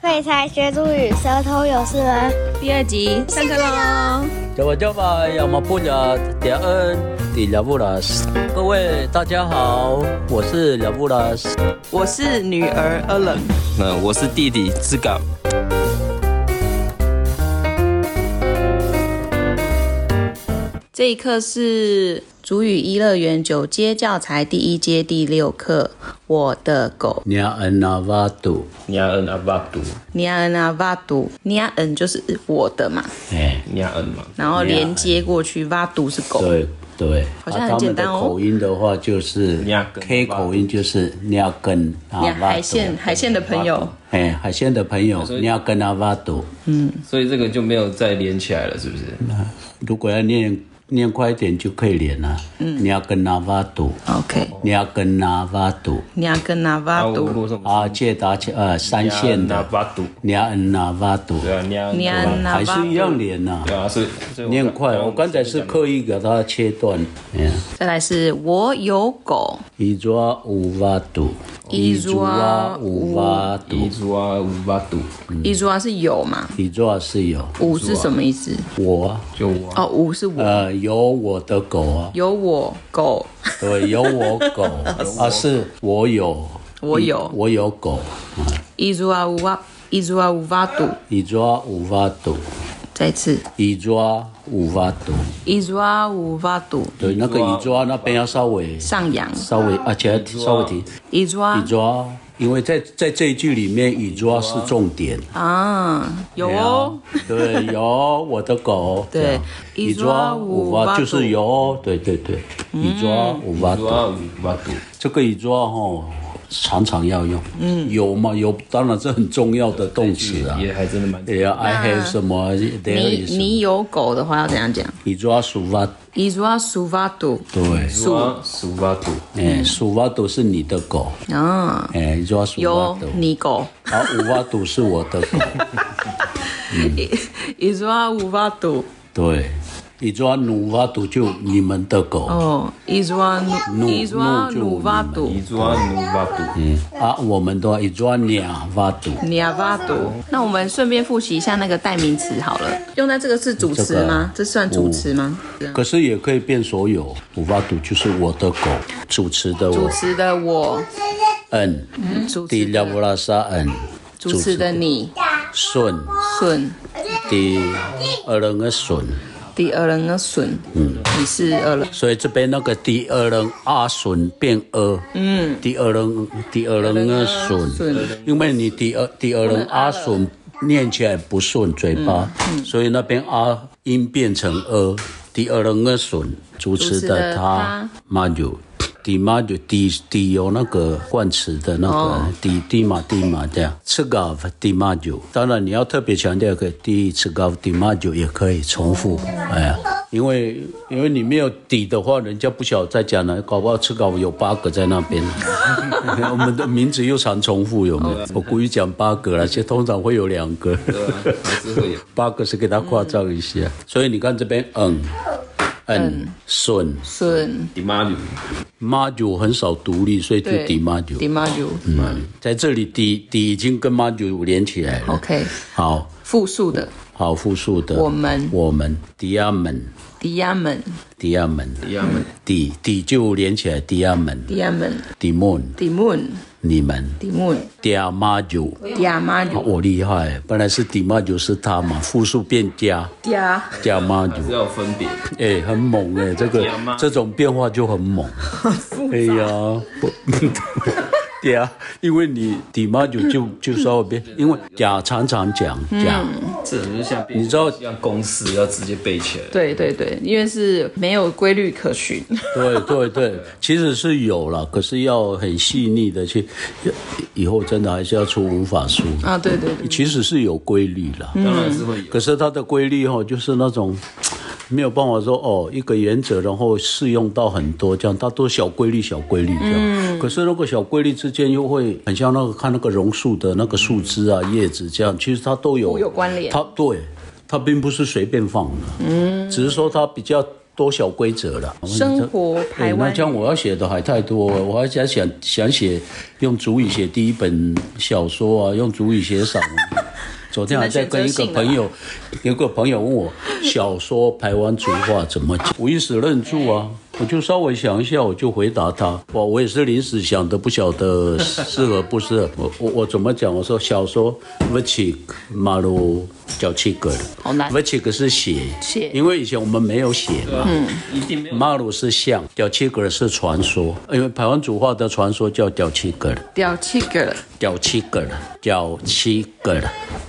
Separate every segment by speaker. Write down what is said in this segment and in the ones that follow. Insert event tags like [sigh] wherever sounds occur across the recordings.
Speaker 1: 废柴学英语，舌头有事吗？
Speaker 2: 第二集上课喽！
Speaker 3: Java Java 要么不了点恩迪了不拉斯，各位大家好，我是了不拉斯。
Speaker 2: 我是女儿 a l a n
Speaker 4: 嗯，我是弟弟志刚。
Speaker 2: 这一课是主语一乐园九阶教材第一阶第六课。我的狗
Speaker 3: 你恩那瓦杜，
Speaker 4: 尼亚恩阿巴杜，
Speaker 2: 尼亚恩阿瓦杜，尼亚恩就是我的嘛，
Speaker 3: 哎，
Speaker 4: 尼亚恩嘛，
Speaker 2: 然后连接过去，瓦杜是狗。
Speaker 3: 对对，
Speaker 2: 好像
Speaker 3: 啊
Speaker 2: 很简单哦
Speaker 3: 他们的口音的话就是
Speaker 4: 两根
Speaker 3: K
Speaker 4: 吧
Speaker 3: 口音就是尿根啊
Speaker 2: 你看
Speaker 3: 瓦
Speaker 2: 海
Speaker 3: 杜，
Speaker 2: 线海线的朋友，
Speaker 3: 哎，海鲜的朋友
Speaker 4: 所以
Speaker 3: 尿根阿瓦杜，
Speaker 4: 所以这个就没有再连起来了，是不是？
Speaker 3: 嗯如果要念念快一点就可以连了，尿根阿瓦杜，
Speaker 2: OK，
Speaker 3: 尿根阿瓦杜。
Speaker 2: 尼亚跟阿瓦
Speaker 4: 我如
Speaker 2: 杜，
Speaker 4: 果说
Speaker 3: 啊，借达切呃三线
Speaker 4: 阿
Speaker 3: 的，
Speaker 4: 巴杜，
Speaker 3: 你要恩那瓦杜，
Speaker 4: 对啊，尼亚
Speaker 2: 尼亚
Speaker 4: 恩，
Speaker 2: 恩阿
Speaker 3: 还
Speaker 2: 瓦
Speaker 3: 是一
Speaker 2: 杜。
Speaker 3: 样连呐、
Speaker 4: 对啊，所以所以
Speaker 3: 念快，我刚才是刻意给它切断。嗯，
Speaker 2: 再来是我有狗，
Speaker 3: 伊抓乌瓦杜，
Speaker 2: 伊抓
Speaker 3: 乌瓦杜，
Speaker 4: 伊珠啊乌巴杜，
Speaker 2: 伊主要啊是有嘛，
Speaker 3: 伊抓是有
Speaker 2: 五是什么意思？
Speaker 3: 我啊，
Speaker 4: 就我
Speaker 2: 哦，五是我，
Speaker 3: 呃，有我的狗
Speaker 2: [laughs]
Speaker 3: 啊，
Speaker 2: 有我狗， [laughs]
Speaker 3: 对，有我狗啊，是我有，
Speaker 2: 我有
Speaker 3: 我有狗，
Speaker 2: 伊主要五啊瓦，伊主要五瓦杜。
Speaker 3: 伊抓乌瓦杜，
Speaker 2: 再一次，
Speaker 3: 伊抓乌瓦杜，
Speaker 2: 伊抓五瓦杜
Speaker 3: 对，那个伊抓那边要稍微
Speaker 2: 上扬，啊
Speaker 3: 稍微，而且要稍微停。
Speaker 2: 伊抓
Speaker 3: 雨抓，因为在在这一句里面，雨抓是重点。
Speaker 2: 啊，有哦，
Speaker 3: 对，有我的狗。
Speaker 2: 对
Speaker 3: 这样
Speaker 2: 雨
Speaker 3: 雨抓
Speaker 2: 抓
Speaker 3: 五
Speaker 2: 五嗯八
Speaker 3: 八
Speaker 2: 度
Speaker 3: 就是有，对对对，雨抓五八
Speaker 4: 珠
Speaker 3: 度，
Speaker 4: 啊乌巴杜，
Speaker 3: 这个雨抓吼常常要用。嗯，有嘛有，当然是很重要的动词啊。
Speaker 4: 也还真的蛮。
Speaker 3: 对啊，I have 什么
Speaker 2: 你
Speaker 3: ，there is
Speaker 2: 你有狗的话要怎样讲？啊
Speaker 3: 雨抓数八，
Speaker 2: 伊抓苏瓦杜
Speaker 3: 对，
Speaker 4: 珠啊乌巴杜，
Speaker 2: 嗯
Speaker 3: 哎，数八度是你的狗，
Speaker 2: 啊，
Speaker 3: 哎，雨抓数八
Speaker 2: 有哦
Speaker 3: 度，
Speaker 2: 你狗，
Speaker 3: 好，五八度是我的狗。
Speaker 2: [laughs] 伊抓啊五瓦杜
Speaker 3: 对，一抓努瓦杜就你们的狗、
Speaker 2: 哦，伊抓努伊抓努瓦杜
Speaker 4: 伊。珠啊
Speaker 3: 嗯
Speaker 4: 乌巴杜，
Speaker 3: 啊，我们都一抓鸟瓦杜。
Speaker 2: 尼亚巴杜，那我们顺便复习一下那个代名词好了。用在这个是主词吗？这算主词吗？
Speaker 3: 可是也可以变所有，五巴杜就是我的狗，主持的
Speaker 2: 主
Speaker 3: 我，
Speaker 2: 词的我，
Speaker 3: 嗯，
Speaker 2: 主词
Speaker 3: 迪拉
Speaker 2: 的
Speaker 3: 布拉沙嗯，
Speaker 2: 主词的你，
Speaker 3: 顺
Speaker 2: 顺
Speaker 3: 的二人的顺，
Speaker 2: 第二人的顺，你是二人。
Speaker 3: 所以这边那个第二人阿顺变二，嗯，第二人第二人的顺，因为你第二第二人阿顺念起来不顺嘴巴，所以那边阿音变成呃，第二人的顺，主词
Speaker 2: 主持的
Speaker 3: 的
Speaker 2: 他
Speaker 3: 他妈就。底嘛就底底有那个冠词的那
Speaker 2: 哦
Speaker 3: 个底底嘛底嘛这样，吃高底嘛就，当然你要特别强调个底吃高底嘛就也可以重复，哎呀，因为因为你没有底的话，人家不晓得在讲呢，搞不好吃高有八个在那
Speaker 2: [laughs]
Speaker 3: 边，我们的名字又常重复有没
Speaker 2: 哦
Speaker 3: 有？我故意讲八个了，其实通常会有
Speaker 2: [laughs]
Speaker 3: 两个。
Speaker 4: 对啊，还
Speaker 3: [laughs]
Speaker 4: 是会有。
Speaker 3: 八个是给他夸张一下，所以你看这边嗯嗯顺
Speaker 2: 顺
Speaker 4: 迪马鲁，
Speaker 3: 妈九很少独立，所以就
Speaker 2: 对
Speaker 3: 抵妈九。
Speaker 2: 迪马九
Speaker 3: 嗯，在这里抵抵已经跟妈九连起来了。
Speaker 2: ，OK，
Speaker 3: 好
Speaker 2: 复数的
Speaker 3: 好复数的
Speaker 2: 我们
Speaker 3: 我们迪亚门
Speaker 2: 迪亚门
Speaker 3: 迪亚门
Speaker 4: 迪亚门，
Speaker 3: 底底就连起来迪亚门
Speaker 2: 迪亚门
Speaker 3: 迪梦
Speaker 2: 迪 moon
Speaker 3: 你们
Speaker 2: 迪 moon
Speaker 3: 迪亚妈九。
Speaker 2: 迪亚马
Speaker 3: 啊
Speaker 2: 九
Speaker 3: 我厉害，本来是迪妈九是他嘛，复数变加
Speaker 2: 迪亚
Speaker 3: 加妈九
Speaker 4: 还。是要分别。
Speaker 3: 哎、很猛哎、这个
Speaker 4: 有吗
Speaker 3: 这种变化就很猛。哎呀，不， [laughs] 对啊，因为你底妈就就就稍微变，因为甲常常讲甲，
Speaker 4: 这种就像
Speaker 3: 你知道
Speaker 4: 像公式要直接背起来，
Speaker 2: 对对对，因为是没有规律可循，
Speaker 3: 对对对，其实是有了，可是要很细腻的去，以后真的还是要出文法书。
Speaker 2: 啊，对对对，
Speaker 3: 其实是有规律了，
Speaker 4: 当然是会有。
Speaker 3: 可是它的规律哦，就是那种没有办法说哦，一个原则然后适用到很多这样，它都小规律小规律这样。
Speaker 2: 嗯
Speaker 3: 可是那个小规律之间又会很像那个看那个榕树的那个树枝啊、叶子这样，其实它都有
Speaker 2: 互有关联
Speaker 3: 它对，它并不是随便放的，嗯，只是说它比较。多小规则了，
Speaker 2: 生活排
Speaker 3: 哎那
Speaker 2: 湾
Speaker 3: 这样我要写的还太多了，我
Speaker 2: [laughs]
Speaker 3: 还想想想写用主语写第一本小说啊，用主语写散文。昨天还在跟一个朋友，有个朋友问我小说台湾族话怎么讲，我一时愣住啊，我就稍微想一下，我就回答他，我我也是临时想的，不晓得适合不适合，我我我怎么讲？我说小说 v i c h i 马路叫七个的，
Speaker 2: 好难
Speaker 3: v i c h i 是写
Speaker 2: 写嗯
Speaker 3: 因为以前我们没有写嘛。
Speaker 4: 一定没有。
Speaker 3: 马鲁是像，屌七格是传说，因为台湾主话的传说叫屌七格，
Speaker 2: 掉七个，
Speaker 3: 屌七格，屌七格。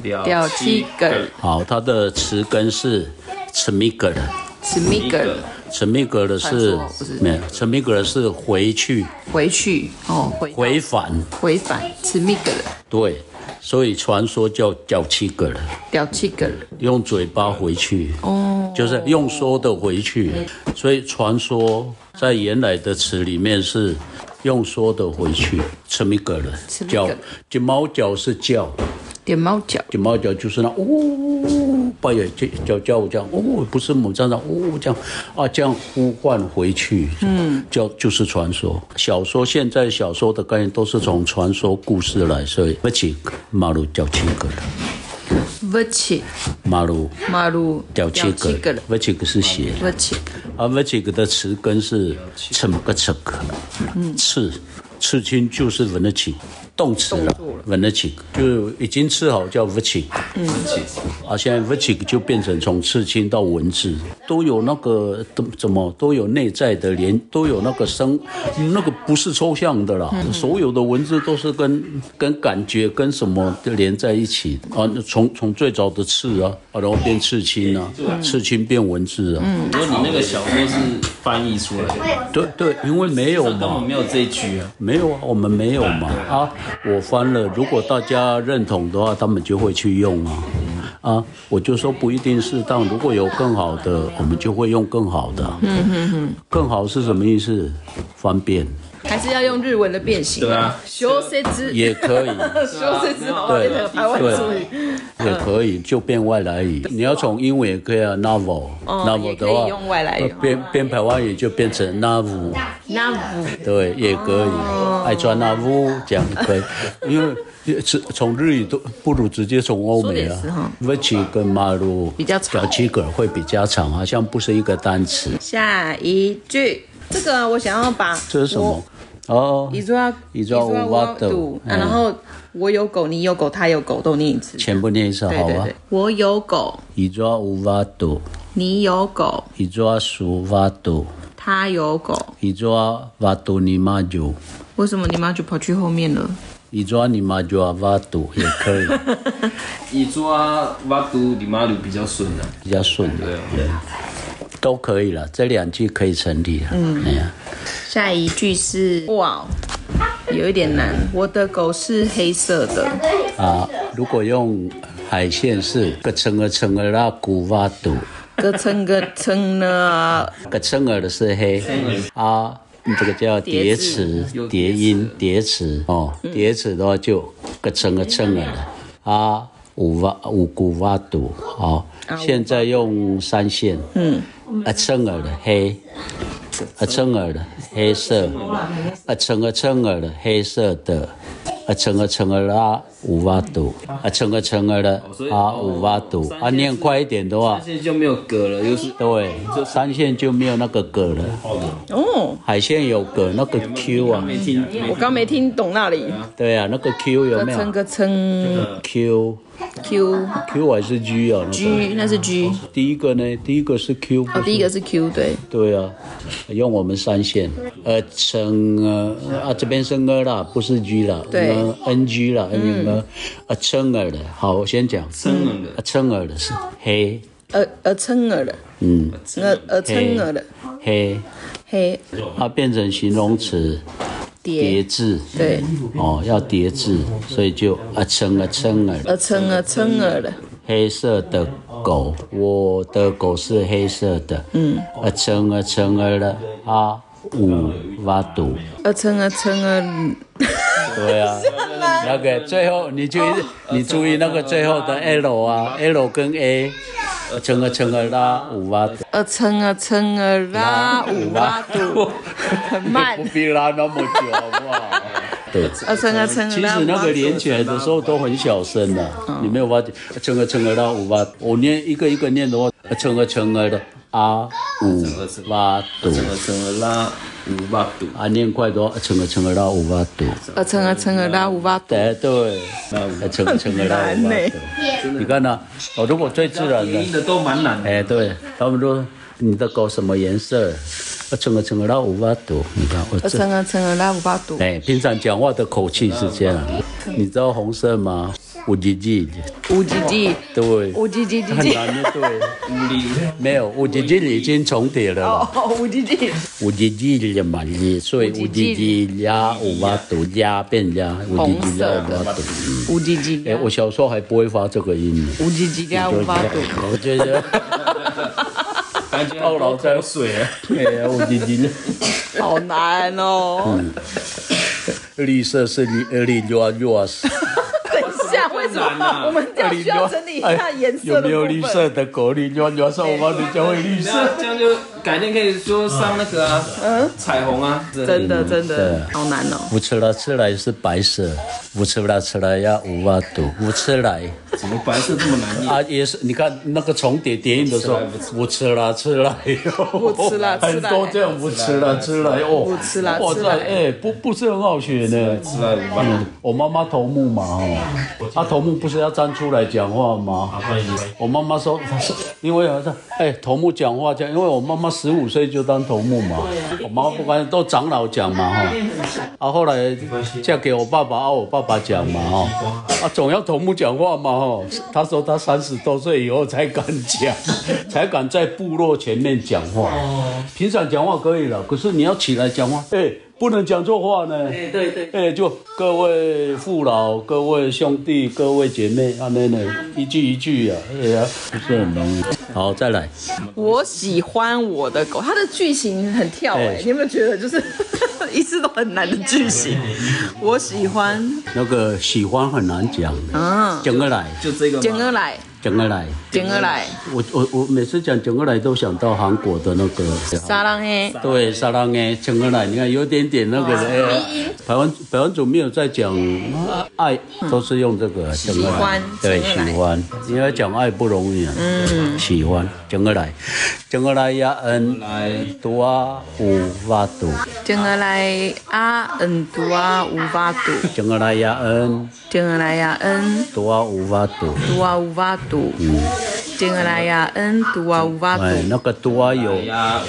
Speaker 2: 掉七个，
Speaker 3: 好，它的词根是 c h m i g e
Speaker 2: 十米个，
Speaker 3: c h m i g e
Speaker 2: 传
Speaker 3: 是
Speaker 2: 说不是
Speaker 3: 没有 c h m i g e 是回去
Speaker 2: 回去哦，回
Speaker 3: 回返，
Speaker 2: 回返，十米个了，
Speaker 3: 对，所以传说叫屌七格，
Speaker 2: 掉七个了，
Speaker 3: 用嘴巴回去，哦，就是用说的回去，所以传说在原来的词里面是。用说的回去，c h m i g e 叫
Speaker 2: Chmigele
Speaker 3: 金毛脚是叫，
Speaker 2: 点猫脚，
Speaker 3: 就猫脚就是那呜，半夜就叫叫我这样呜，不是母站长呜这样啊，这样呼唤回去，嗯，叫就是传说。小说现在小说的概念都是从传说故事来，所以不起马路叫七个了，
Speaker 2: 不起
Speaker 3: 马路
Speaker 2: 马路，掉
Speaker 3: 叫七
Speaker 2: 七
Speaker 3: 个
Speaker 2: 个
Speaker 3: 了
Speaker 2: 了，，
Speaker 3: 不起个是写的
Speaker 2: 不起
Speaker 3: 啊，不起个的词根是怎么个怎个，刺刺青就是文得起。动词了，文得起，就已经吃好叫不起。啊，现在 v i c i 就变成从刺青到文字都有那个怎怎么都有内在的连，都有那个生，那个不是抽象的啦。所有的文字都是跟跟感觉跟什么连在一起的啊。从从最早的刺啊，啊然后变刺青啊，刺青变文字啊。
Speaker 4: 不过你那个小说是翻译出来的，
Speaker 3: 对对，因为没有
Speaker 4: 根
Speaker 3: 嘛
Speaker 4: 本。没有这一句啊。
Speaker 3: 没有啊，我们没有嘛啊！我翻了，如果大家认同的话，他们就会去用啊啊！我就说不一定适当，如果有更好的，我们就会用更好的。嗯嗯嗯，更好是什么意思？方 [laughs] 便
Speaker 2: 还是要用日文的变形，
Speaker 4: 对啊
Speaker 2: 修塞之，
Speaker 3: 也可以，
Speaker 2: 修塞之，好变成台湾主语。嗯
Speaker 3: 也可以就变外来语。你要从英文也可以啊
Speaker 2: 哦也
Speaker 3: ，novel，novel
Speaker 2: 可
Speaker 3: 的
Speaker 2: 以
Speaker 3: 话
Speaker 2: 用外来语
Speaker 3: 呃变变台湾语就变成 novel。
Speaker 2: 那不
Speaker 3: 对，也可以，
Speaker 2: 哦
Speaker 3: 爱穿那屋这样可以，
Speaker 2: [laughs]
Speaker 3: 因为是从日语都不如直接从欧美
Speaker 2: 说得也是哈
Speaker 3: 啊。v i c i 跟马路
Speaker 2: 比较长
Speaker 3: 表七个会比较长，好像不是一个单词。
Speaker 2: 下一句，这个我想要把
Speaker 3: 这是什么？哦，
Speaker 2: 伊抓
Speaker 3: 伊抓乌瓦斗，
Speaker 2: 啊，然后我有狗，你有狗，他有狗，都念一次。
Speaker 3: 全部念一次
Speaker 2: 对
Speaker 3: 好
Speaker 2: 对
Speaker 3: 啊
Speaker 2: 对。，我有狗，
Speaker 3: 伊抓乌瓦斗，
Speaker 2: 你有狗，
Speaker 3: 伊抓苏瓦斗，
Speaker 2: 他有狗，
Speaker 3: 伊抓瓦斗尼玛酒，
Speaker 2: 为什么你妈就跑去后面了？
Speaker 3: 伊抓尼玛酒阿瓦斗也可以， [laughs]
Speaker 4: 以抓挖都里马鲁比较顺啊，
Speaker 3: 比较顺，
Speaker 4: 对啊。
Speaker 3: 都可以了。这两句可以成立了。嗯，哎呀。
Speaker 2: 下一句是哇，有一点难。我的狗是黑色的，
Speaker 3: 啊，如果用海鲜是个称儿称儿啦，古巴肚，
Speaker 2: 咯蹭咯蹭呢，
Speaker 3: 个称儿的是黑啊，这个叫叠词、叠音、叠词哦，叠词的话就个称儿称儿了啊，五巴五古巴肚好，现在用三线，啊嗯，啊称儿的黑。啊，称儿的黑色，啊，称儿称儿的黑色的，啊，称儿称儿啦，五八度，啊，称儿称儿的
Speaker 4: 所以
Speaker 3: 啊，五八度，啊，念快一点的话
Speaker 4: 那，现在就没有格了，又是
Speaker 3: 对，这三线就没有那个格了。
Speaker 2: 哦，
Speaker 3: 海线有格，那个 Q 啊，
Speaker 4: 没听
Speaker 2: 我刚没听懂那里。
Speaker 3: 对啊，那个 Q 有
Speaker 2: 咯
Speaker 3: 没
Speaker 2: 蹭
Speaker 3: 有
Speaker 2: 咯蹭
Speaker 3: ？Q
Speaker 2: Q
Speaker 3: Q 还是 G 啊？那个
Speaker 2: G 那是 G，
Speaker 3: 第一个呢，第一个是 Q，
Speaker 2: 哦，第一个是 Q 对。
Speaker 3: 对啊，用我们三线，呃，称呃啊这边是呃啦，不是 G 啦，
Speaker 2: 对嗯
Speaker 3: 呃，NG 啦，NG 呃，啊称儿的，好，我先讲，
Speaker 4: 生冷
Speaker 3: 啊
Speaker 4: 的，
Speaker 3: 称儿的是黑，
Speaker 2: 呃呃撑耳的，
Speaker 3: 嗯，
Speaker 2: 呃呃撑耳的，
Speaker 3: 黑，
Speaker 2: 嘿，
Speaker 3: 它变成形容词，叠
Speaker 2: 叠，
Speaker 3: 字，
Speaker 2: 对，
Speaker 3: 哦，要叠字，所以就啊称啊称儿的，
Speaker 2: 呃撑呃撑耳的，
Speaker 3: 黑色的狗，我的狗是黑色的，嗯，啊称啊称儿的啊五挖堵。
Speaker 2: 呃撑呃撑呃，
Speaker 3: 对啊，那个最后你注意，你注意那个最后的 L 啊，L 跟 A，乘个乘个啊拉五八度，
Speaker 2: 呃撑呃撑呃
Speaker 3: [laughs]
Speaker 2: 啦，五八度，很慢
Speaker 3: 不，必拉那么久好不好？对。
Speaker 2: 呃，蹭啊蹭啊，
Speaker 3: 其实嗯那个嗯连起来的时候都很小声的、你没有发觉？撑啊撑啊到五八，我念一个一个念的话，撑啊撑啊的啊五八度，
Speaker 4: 整个整个拉五百度，
Speaker 3: 啊念快的话，撑啊撑啊到五八度，
Speaker 2: 呃蹭啊蹭啊拉五八度，
Speaker 3: 对对，撑啊撑啊到五八度。你看呢、我如果最自然的
Speaker 4: 拼，的都蛮难的。
Speaker 3: 哎，对他们说你的狗什么颜色？啊撑啊撑啊到五八度，你看我
Speaker 2: 呃
Speaker 3: 这。
Speaker 2: 蹭啊蹭啊拉五八度，
Speaker 3: 哎，平常讲话的口气是这样，你知道红色吗？五级级，
Speaker 2: 五几几，
Speaker 3: 对，
Speaker 2: 五几几几
Speaker 3: 很
Speaker 2: 几，
Speaker 3: 难
Speaker 2: [laughs]
Speaker 3: 的，对，
Speaker 4: 五零
Speaker 3: 没有五级级已经重叠了啦，
Speaker 2: 哦五几几，
Speaker 3: 五级级的嘛，你所以五级级压五八读压变压，五级级压五八读。
Speaker 2: 五几几
Speaker 3: 哎，我小时候还不会发这个音呢，
Speaker 2: 五几几加五八度，
Speaker 3: 我觉得， [laughs]
Speaker 4: 感觉到老口水啊了，
Speaker 3: 哎呀，五级级
Speaker 2: 好难哦。
Speaker 3: 嗯绿色是绿绿绿啊绿色。
Speaker 2: 等一下，为什
Speaker 3: 啊
Speaker 2: 么我们这样需要整理一下颜色的
Speaker 3: 有
Speaker 2: 部分？
Speaker 3: 没哎有绿色的狗？绿啊绿绿色，我帮你教会绿
Speaker 4: 这
Speaker 2: [laughs]
Speaker 3: 色。
Speaker 4: 样这样就改天可以说上那个啊，彩虹啊，
Speaker 2: 真的真的
Speaker 3: 嗯对
Speaker 2: 好难哦。
Speaker 3: 乌车拉车来是白色，乌车拉车来要五万多，乌车来
Speaker 4: 怎么白色这么难念？
Speaker 3: 啊也是，你看那个重叠叠音的时候，乌车拉车来哟，
Speaker 2: 乌车拉车来
Speaker 3: 很多这样乌车拉车来哦，乌
Speaker 2: 车拉
Speaker 3: 哇
Speaker 2: 车
Speaker 3: 塞，
Speaker 2: 来
Speaker 3: 哎、不不是很好学呢。
Speaker 4: 是吧？五百度，
Speaker 3: 我妈妈头目嘛哦，她、头目不是要站出来讲话吗？我妈妈说， [laughs] 她说因为好像哎头目讲话讲，因为我妈妈十五岁就当头目嘛，我妈妈不管都长老讲嘛哈、哦，啊后来嫁给我爸爸，啊我爸爸讲嘛哈、哦，啊总要头目讲话嘛哈、哦，她说她三十多岁以后才敢讲，才敢在部落前面讲话，平常讲话可以了，可是你要起来讲话，哎不能讲错话呢，哎
Speaker 2: 对对
Speaker 3: 哎、就各位父老、各位兄弟、各位姐妹，啊，那那一句一句啊，哎呀、不是很容易。好，再来，
Speaker 2: 我喜欢我的狗，它的剧情很跳哎、
Speaker 3: 哎
Speaker 2: 你有没有觉得就是 [laughs] 一次都很难的剧情？
Speaker 3: 哎
Speaker 2: 我喜欢
Speaker 3: 那个喜欢很难讲的，
Speaker 2: 啊，
Speaker 3: 整个来，
Speaker 4: 就这个
Speaker 2: 简
Speaker 4: 嘛。
Speaker 2: 而来，
Speaker 3: 整个来。
Speaker 2: 简而来，
Speaker 3: 我我我每次讲整个来都想到韩国的那个，
Speaker 2: 沙浪嘿，
Speaker 3: 对，沙拉哎，整个来，你看有点点那个的。哎台湾台湾组没有在讲爱，都是用这个整个
Speaker 2: 喜欢
Speaker 3: 来，对，
Speaker 2: 整个来
Speaker 3: 喜欢。你要讲爱不容易啊，嗯，喜欢整个来，整个来呀恩。
Speaker 4: 来，
Speaker 3: 多啊，五八度，
Speaker 2: 简而来啊，嗯，读啊，五八读，
Speaker 3: 整个来呀恩，
Speaker 2: 简而来呀，嗯，
Speaker 3: 多啊五八度。
Speaker 2: 读啊，五八读，简而来呀，嗯，读啊，五八读，
Speaker 3: 哎，那个多啊有
Speaker 4: 哎，呀，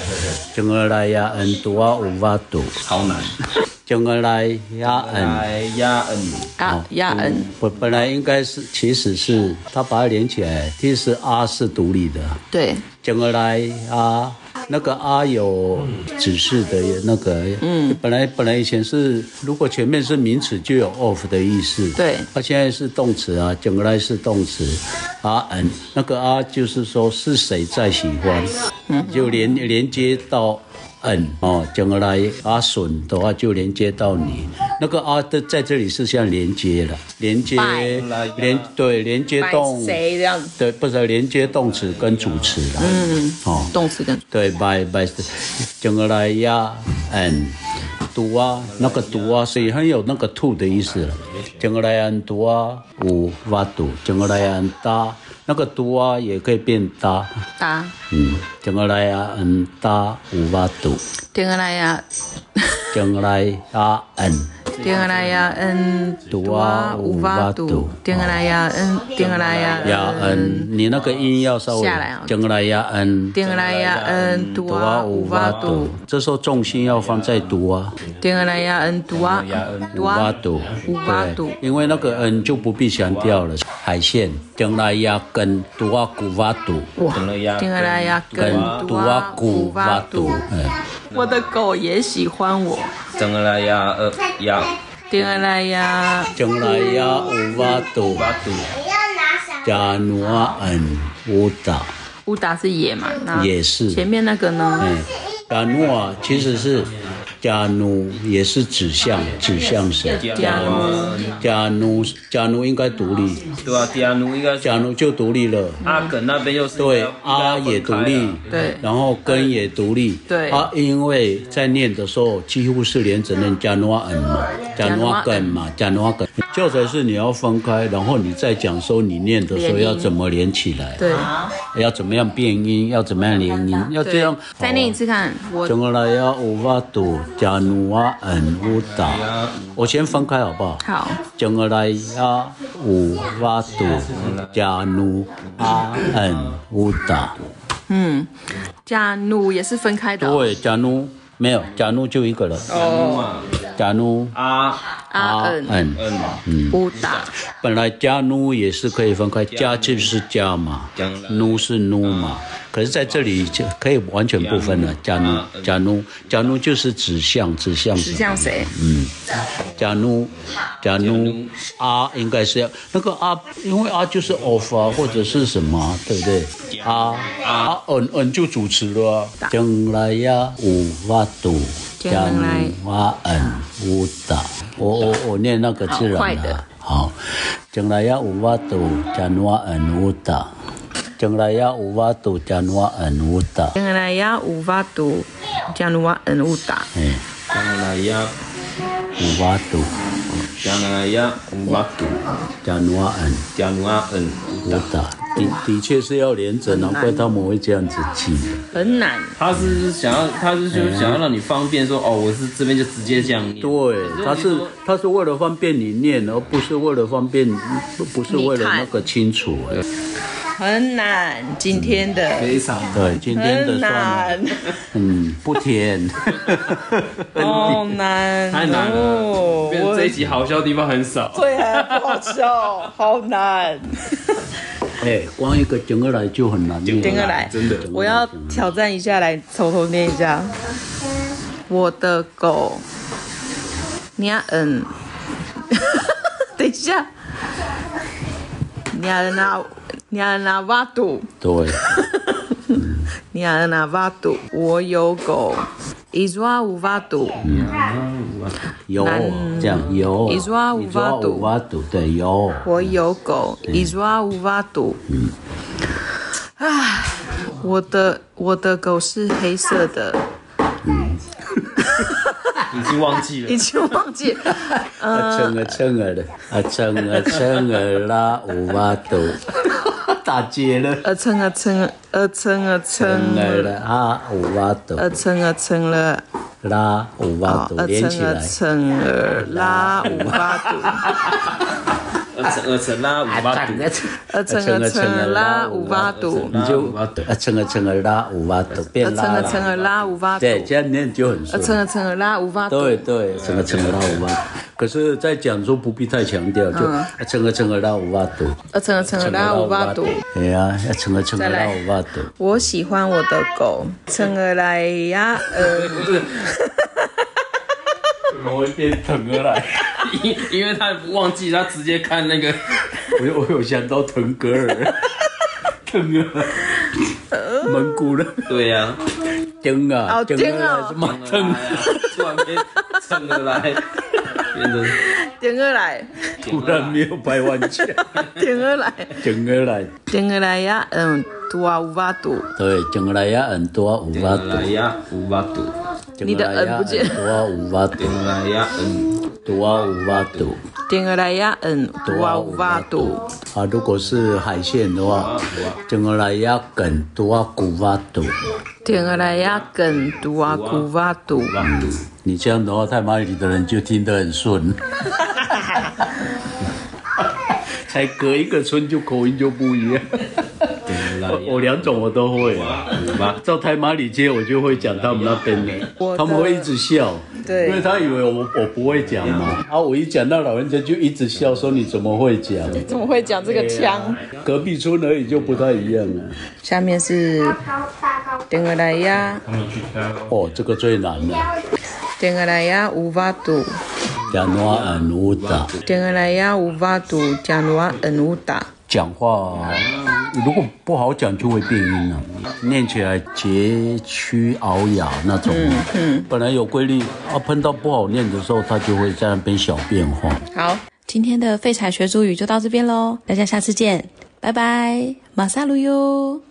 Speaker 3: 整个来呀恩，多啊五八度，
Speaker 4: 好难。
Speaker 3: 整个来呀恩。
Speaker 4: 来呀，嗯，
Speaker 2: 啊呀嗯，
Speaker 3: 本本来应该是，其实是他把它连起来，其实啊是独立的，
Speaker 2: 对，
Speaker 3: 整个来啊。那个啊有指示的那个，嗯，本来本来以前是，如果前面是名词就有 of 的意思，
Speaker 2: 对
Speaker 3: 它现在是动词啊，整个来是动词，啊嗯，那个啊就是说是谁在喜欢，
Speaker 2: 嗯
Speaker 3: 就连连接到嗯哦，整个来阿笋的话就连接到你，那个啊的在这里是像连接了，连接
Speaker 2: 拜
Speaker 3: 连对连接
Speaker 2: 拜
Speaker 3: 动
Speaker 2: 谁这样子，
Speaker 3: 对，不是连接动词跟主词啦。嗯，哦，
Speaker 2: 动词跟
Speaker 3: 对，by by，整个来呀，and 读啊，那个读啊，所以很有那个 to 的意思了。整个来呀读啊，五哇读，整个来呀搭，那个读啊也可以变搭，
Speaker 2: 搭，
Speaker 3: 嗯，整个来呀嗯搭五哇读，
Speaker 2: 简而来 [laughs] 呀，
Speaker 3: 整个来啊呀 and。
Speaker 2: 点个来呀，嗯，
Speaker 3: 读啊
Speaker 2: 五
Speaker 3: 五
Speaker 2: 八
Speaker 3: 八
Speaker 2: 读
Speaker 3: 读，
Speaker 2: 点个来呀，嗯，点个来呀，
Speaker 3: 呀嗯，你那个音要稍微
Speaker 2: 下来哦
Speaker 3: 整个来呀嗯，
Speaker 2: 点个来呀，嗯，读
Speaker 3: 读啊
Speaker 2: 啊
Speaker 3: 五
Speaker 2: 五八
Speaker 3: 八
Speaker 2: 读
Speaker 3: 读，，这时候重心要放在读啊。
Speaker 2: 点个来呀，嗯，读啊
Speaker 3: 五八度，
Speaker 2: 五八读
Speaker 3: 对，因为那个嗯就不必强调了。海鲜、将来鸭跟独啊古巴肚，
Speaker 2: 哇
Speaker 4: 整了呀，
Speaker 2: 点个来呀，
Speaker 3: 跟
Speaker 2: 跟
Speaker 3: 独
Speaker 2: 读
Speaker 3: 啊
Speaker 2: 啊
Speaker 3: 古嗯
Speaker 2: 五
Speaker 3: 巴
Speaker 2: 八
Speaker 3: 肚
Speaker 2: 读，，我的狗也喜欢我，
Speaker 4: 整个来呀，呃呀，
Speaker 2: 点个来呀，
Speaker 3: 将来鸭五巴肚，
Speaker 4: 八度，
Speaker 3: 加努啊嗯乌达
Speaker 2: 乌达是野嘛，那
Speaker 3: 也是，嗯
Speaker 2: 前面那个呢？
Speaker 3: 嗯，加努啊其实是。加努也是指向指向谁？
Speaker 2: 加奴
Speaker 3: 加努加努应该独立，
Speaker 4: 对啊，迪亚奴应该是
Speaker 3: 加努就独立了。
Speaker 4: 阿耿那边又是
Speaker 3: 对
Speaker 4: 应该，
Speaker 3: 阿也独立，
Speaker 2: 对呃
Speaker 3: 然后根也独立，
Speaker 2: 对
Speaker 3: 啊，因为在念的时候几乎是连着念加努阿恩嘛，加努阿根嘛，加努阿根。教材是你要分开，然后你再讲说你念的时候
Speaker 2: 连音
Speaker 3: 要怎么连起来，
Speaker 2: 对，
Speaker 3: 要怎么样变音，要怎么样连音，要这
Speaker 2: 对
Speaker 3: 样。
Speaker 2: 再念一次看，我
Speaker 3: 中国来要五八度加努阿恩乌达，我先分开好不好？
Speaker 2: 好，
Speaker 3: 中国来要五八度加努阿恩乌达。
Speaker 2: 嗯，加努也是分开的哦，
Speaker 3: 对，假如没有，假如就一个人，
Speaker 4: 哦，
Speaker 3: 假如
Speaker 4: 阿
Speaker 2: 阿恩
Speaker 3: 嗯，
Speaker 4: 嗯，
Speaker 2: 乌达，
Speaker 3: 本来家奴也是可以分开，家就是家嘛
Speaker 4: 家，
Speaker 3: 奴是奴嘛，可是在这里就可以完全不分了，家奴，家奴，家奴就是指向，指向
Speaker 2: 指
Speaker 3: 什么？
Speaker 2: 向谁？
Speaker 3: 假如，假如啊，应该是要那个啊，因为啊就是 of 啊，或者是什么啊，对不对？啊啊，嗯嗯，就主持了、啊。将来呀，五瓦度，
Speaker 2: 将来
Speaker 3: 瓦嗯五达，我我我念那个自
Speaker 2: 好快
Speaker 3: 然
Speaker 2: 的
Speaker 3: 的。好，将来呀，五瓦度，将来嗯五达，将来呀，五瓦度，将来嗯五达。
Speaker 2: 原来呀，乌瓦杜，加努瓦恩乌达，
Speaker 3: 哎，
Speaker 4: 江来呀，
Speaker 3: 五瓦度，
Speaker 4: 江来呀，瓦杜，
Speaker 3: 将来嗯。
Speaker 4: 加奴阿恩，
Speaker 3: 我打的的确是要连着，难怪他们会这样子记。
Speaker 2: 很难，
Speaker 4: 他是想要，他是就想要让你方便说，哦，我是这边就直接这样念，
Speaker 3: 对，他是他是为了方便你念，而不是为了方便，不不是为了那个清楚。哎
Speaker 2: 很难，今天的
Speaker 4: 非常
Speaker 3: 对，今天的
Speaker 2: 很
Speaker 3: 算
Speaker 2: 难
Speaker 3: 了，，嗯，不
Speaker 2: [laughs]
Speaker 3: 甜。
Speaker 2: 好难，
Speaker 4: 太难啊了，
Speaker 2: 哦
Speaker 4: 变成
Speaker 2: 我
Speaker 4: 这一集好笑的地方很少。
Speaker 2: 对啊，不好笑，好难。
Speaker 3: 哎，光一个整个来就很难念。
Speaker 2: 点个来，
Speaker 4: 真的
Speaker 2: 我要挑战一下，来从头念一下。我的狗，你要嗯， [laughs] 等一下，你要拿你要拿瓦杜，
Speaker 3: 对，
Speaker 2: 你要拿瓦杜，我有狗，一抓五瓦杜，
Speaker 3: 有啊
Speaker 2: 难
Speaker 3: 这样有，
Speaker 2: 你说五
Speaker 3: 你说
Speaker 2: 八度
Speaker 3: 五八度对有。啊
Speaker 2: 我有狗，一抓五瓦杜。唉，我的我的狗是黑色的，
Speaker 4: 已经忘记了
Speaker 2: 已。经忘记了。嗯
Speaker 3: 啊称啊称啊的，啊称啊称啊啦五八度， [laughs] 打结了。
Speaker 2: 呃蹭啊蹭啊，呃蹭啊蹭
Speaker 3: 称啊
Speaker 2: 了，
Speaker 3: 了啊五八度。
Speaker 2: 呃蹭啊蹭了，
Speaker 3: 拉五八
Speaker 2: 啊
Speaker 3: 度
Speaker 2: 呃蹭
Speaker 3: 连起
Speaker 2: 啊
Speaker 3: 来，
Speaker 2: 蹭儿拉五八度，
Speaker 4: 二层二层拉五八度，
Speaker 2: 呃蹭啊蹭儿拉五八度，
Speaker 3: 你就
Speaker 4: 五八度
Speaker 3: 啊称啊称啊拉五八度
Speaker 2: 呃
Speaker 3: 变
Speaker 2: 蹭
Speaker 3: 拉
Speaker 2: 啊蹭
Speaker 3: 了，
Speaker 2: 儿拉五八度，
Speaker 3: 对，这样念就很
Speaker 2: 呃蹭
Speaker 3: 顺。
Speaker 2: 啊蹭儿拉五八度，
Speaker 3: 对对，称啊称啊拉五八度，可是，在讲说不必太强调，就啊称啊称啊拉五八度，
Speaker 2: 呃蹭啊蹭儿拉五八度。，
Speaker 3: 哎呀，啊称啊称啊拉五八度，
Speaker 2: 我喜欢我的狗，蹭儿来呀，呃，
Speaker 4: 我会变腾哥来，因 [laughs] 因为他忘记，他直接看那个，
Speaker 3: 我有我有想到腾格尔，腾格尔，蒙古人，
Speaker 4: 对呀，
Speaker 3: 丁啊，
Speaker 2: 哦
Speaker 3: 丁啊
Speaker 2: 丁啊
Speaker 3: 还是马腾
Speaker 4: 蹭，啊突然变蹭哥来，变成
Speaker 2: 点儿来，
Speaker 3: 突然没有百万钱，
Speaker 2: [laughs] 点儿来，
Speaker 3: 整个来，
Speaker 2: 点儿来呀，嗯，多啊五八度，
Speaker 3: 对，整个来呀很多五八度。
Speaker 4: 来呀五八度，
Speaker 2: 你的 N 不见了
Speaker 3: 多五八度，
Speaker 4: 来呀嗯，
Speaker 3: 多啊五八度，
Speaker 2: 点儿来呀，嗯，多啊五八度。
Speaker 3: 啊，如果是海鲜的话，整个来呀梗多古巴度，
Speaker 2: 天鹅啊来呀，梗毒啊，古巴毒。
Speaker 3: 你这样的话，太马里的人就听得很顺。才隔一个村就口音就不一样，
Speaker 4: 来
Speaker 3: 我我两种我都会。
Speaker 4: 五八
Speaker 3: 到台马里街我就会讲他们那边
Speaker 2: 我的
Speaker 3: 的，他们会一直笑，
Speaker 2: 对
Speaker 3: 因为他以为我我不会讲嘛，啊，我一讲到老人家就一直笑，说你怎么会讲？
Speaker 2: 怎么会讲这个腔？
Speaker 3: 隔壁村而已就不太一样了。
Speaker 2: 下面是天鹅来呀，
Speaker 3: 哦，这个最难了，
Speaker 2: 天鹅来呀，五巴毒。
Speaker 3: 加诺安乌达，
Speaker 2: 天鹅来呀，五巴毒，加努啊恩乌达。
Speaker 3: 讲话如果不好讲就会变音了，念起来佶屈聱牙那种。嗯，本来有规律啊，碰到不好念的时候，它就会在那边小变化。
Speaker 2: 好，
Speaker 5: 今天的废柴学主语就到这边喽，大家下次见，拜拜，马萨鲁哟。